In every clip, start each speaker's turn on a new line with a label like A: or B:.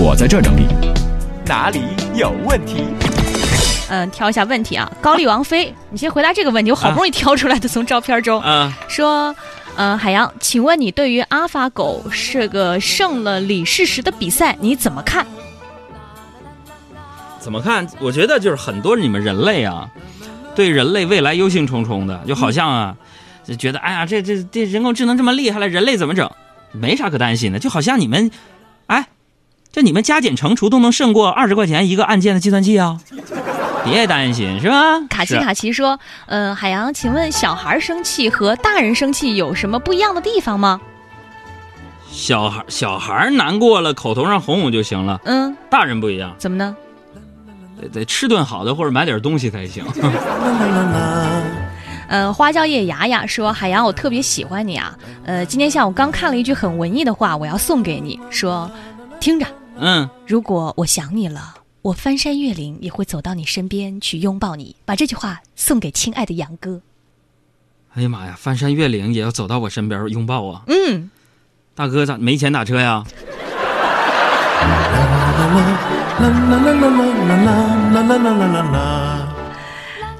A: 我在这整理。
B: 哪里有问题？
C: 嗯，挑一下问题啊。高丽王妃，你先回答这个问题，我好不容易挑出来的，从照片中
B: 嗯，
C: 说，嗯，海洋，请问你对于阿法狗这个胜了李世石的比赛，你怎么看？
B: 怎么看？我觉得就是很多你们人类啊，对人类未来忧心忡忡的，就好像啊，就觉得哎呀，这这这人工智能这么厉害了，人类怎么整？没啥可担心的，就好像你们，哎，这你们加减乘除都能胜过二十块钱一个按键的计算器啊， 别担心是吧？
C: 卡奇
B: 是
C: 卡奇说，嗯，海洋，请问小孩生气和大人生气有什么不一样的地方吗？
B: 啊小孩小孩难过了，口头上哄哄就行了，
C: 嗯，
B: 大人不一样，
C: 怎么呢？
B: 得得吃顿好的或者买点东西才行。
C: 呃，花椒叶牙牙说：“海洋，我特别喜欢你啊。呃，今天下午刚看了一句很文艺的话，我要送给你，说，听着，
B: 嗯，
C: 如果我想你了，我翻山越岭也会走到你身边去拥抱你。把这句话送给亲爱的杨哥。
B: 哎呀妈呀，翻山越岭也要走到我身边拥抱啊！
C: 嗯，
B: 大哥咋没钱打车呀？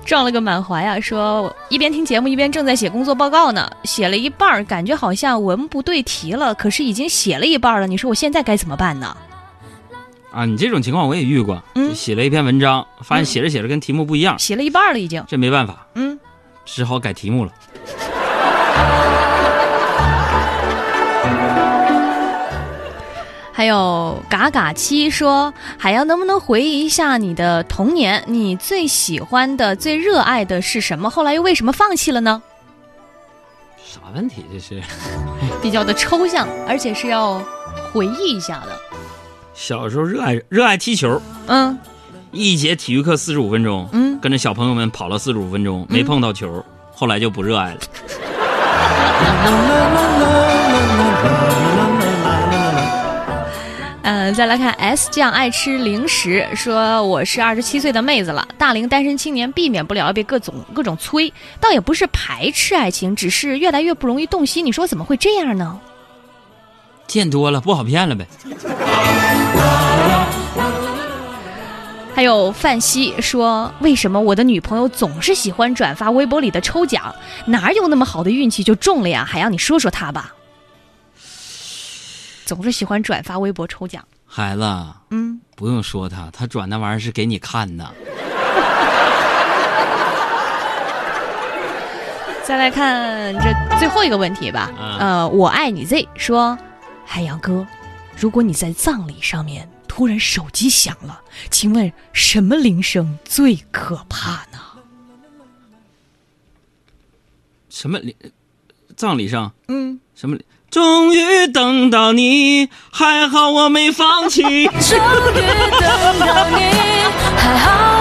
C: 撞了个满怀啊，说我一边听节目一边正在写工作报告呢，写了一半儿，感觉好像文不对题了，可是已经写了一半儿了，你说我现在该怎么办呢？
B: 啊，你这种情况我也遇过，
C: 嗯
B: 就写了一篇文章，发现写着写着跟题目不一样，
C: 写了一半儿了已经。
B: 这没办法，
C: 嗯，
B: 只好改题目了。
C: 还有嘎嘎七说：“海洋，能不能回忆一下你的童年？你最喜欢的、最热爱的是什么？后来又为什么放弃了呢？
B: 啥问题这是？
C: 比较的抽象，而且是要回忆一下的。
B: 小时候热爱热爱踢球，
C: 嗯
B: 一节体育课四十五分钟，
C: 嗯，
B: 跟着小朋友们跑了四十五分钟，没碰到球，后来就不热爱了。
C: 呃，再来看 S 酱爱吃零食，说我是二十七岁的妹子了，大龄单身青年避免不了要被各种各种催，倒也不是排斥爱情，只是越来越不容易洞悉。你说怎么会这样呢？
B: 见多了不好骗了呗。
C: 还有范西说：“为什么我的女朋友总是喜欢转发微博里的抽奖？哪有那么好的运气就中了呀？海洋，你说说她吧。总是喜欢转发微博抽奖，
B: 孩子，
C: 嗯，
B: 不用说他，他转那玩意儿是给你看的。
C: 再来看这最后一个问题吧。
B: 嗯
C: 呃，我爱你 Z 说，海洋哥，如果你在葬礼上面突然手机响了，请问什么铃声最可怕呢？
B: 什么礼？葬礼上
C: 嗯，
B: 什么礼？终于等到你，还好我没放弃。
D: 终于等到你，还好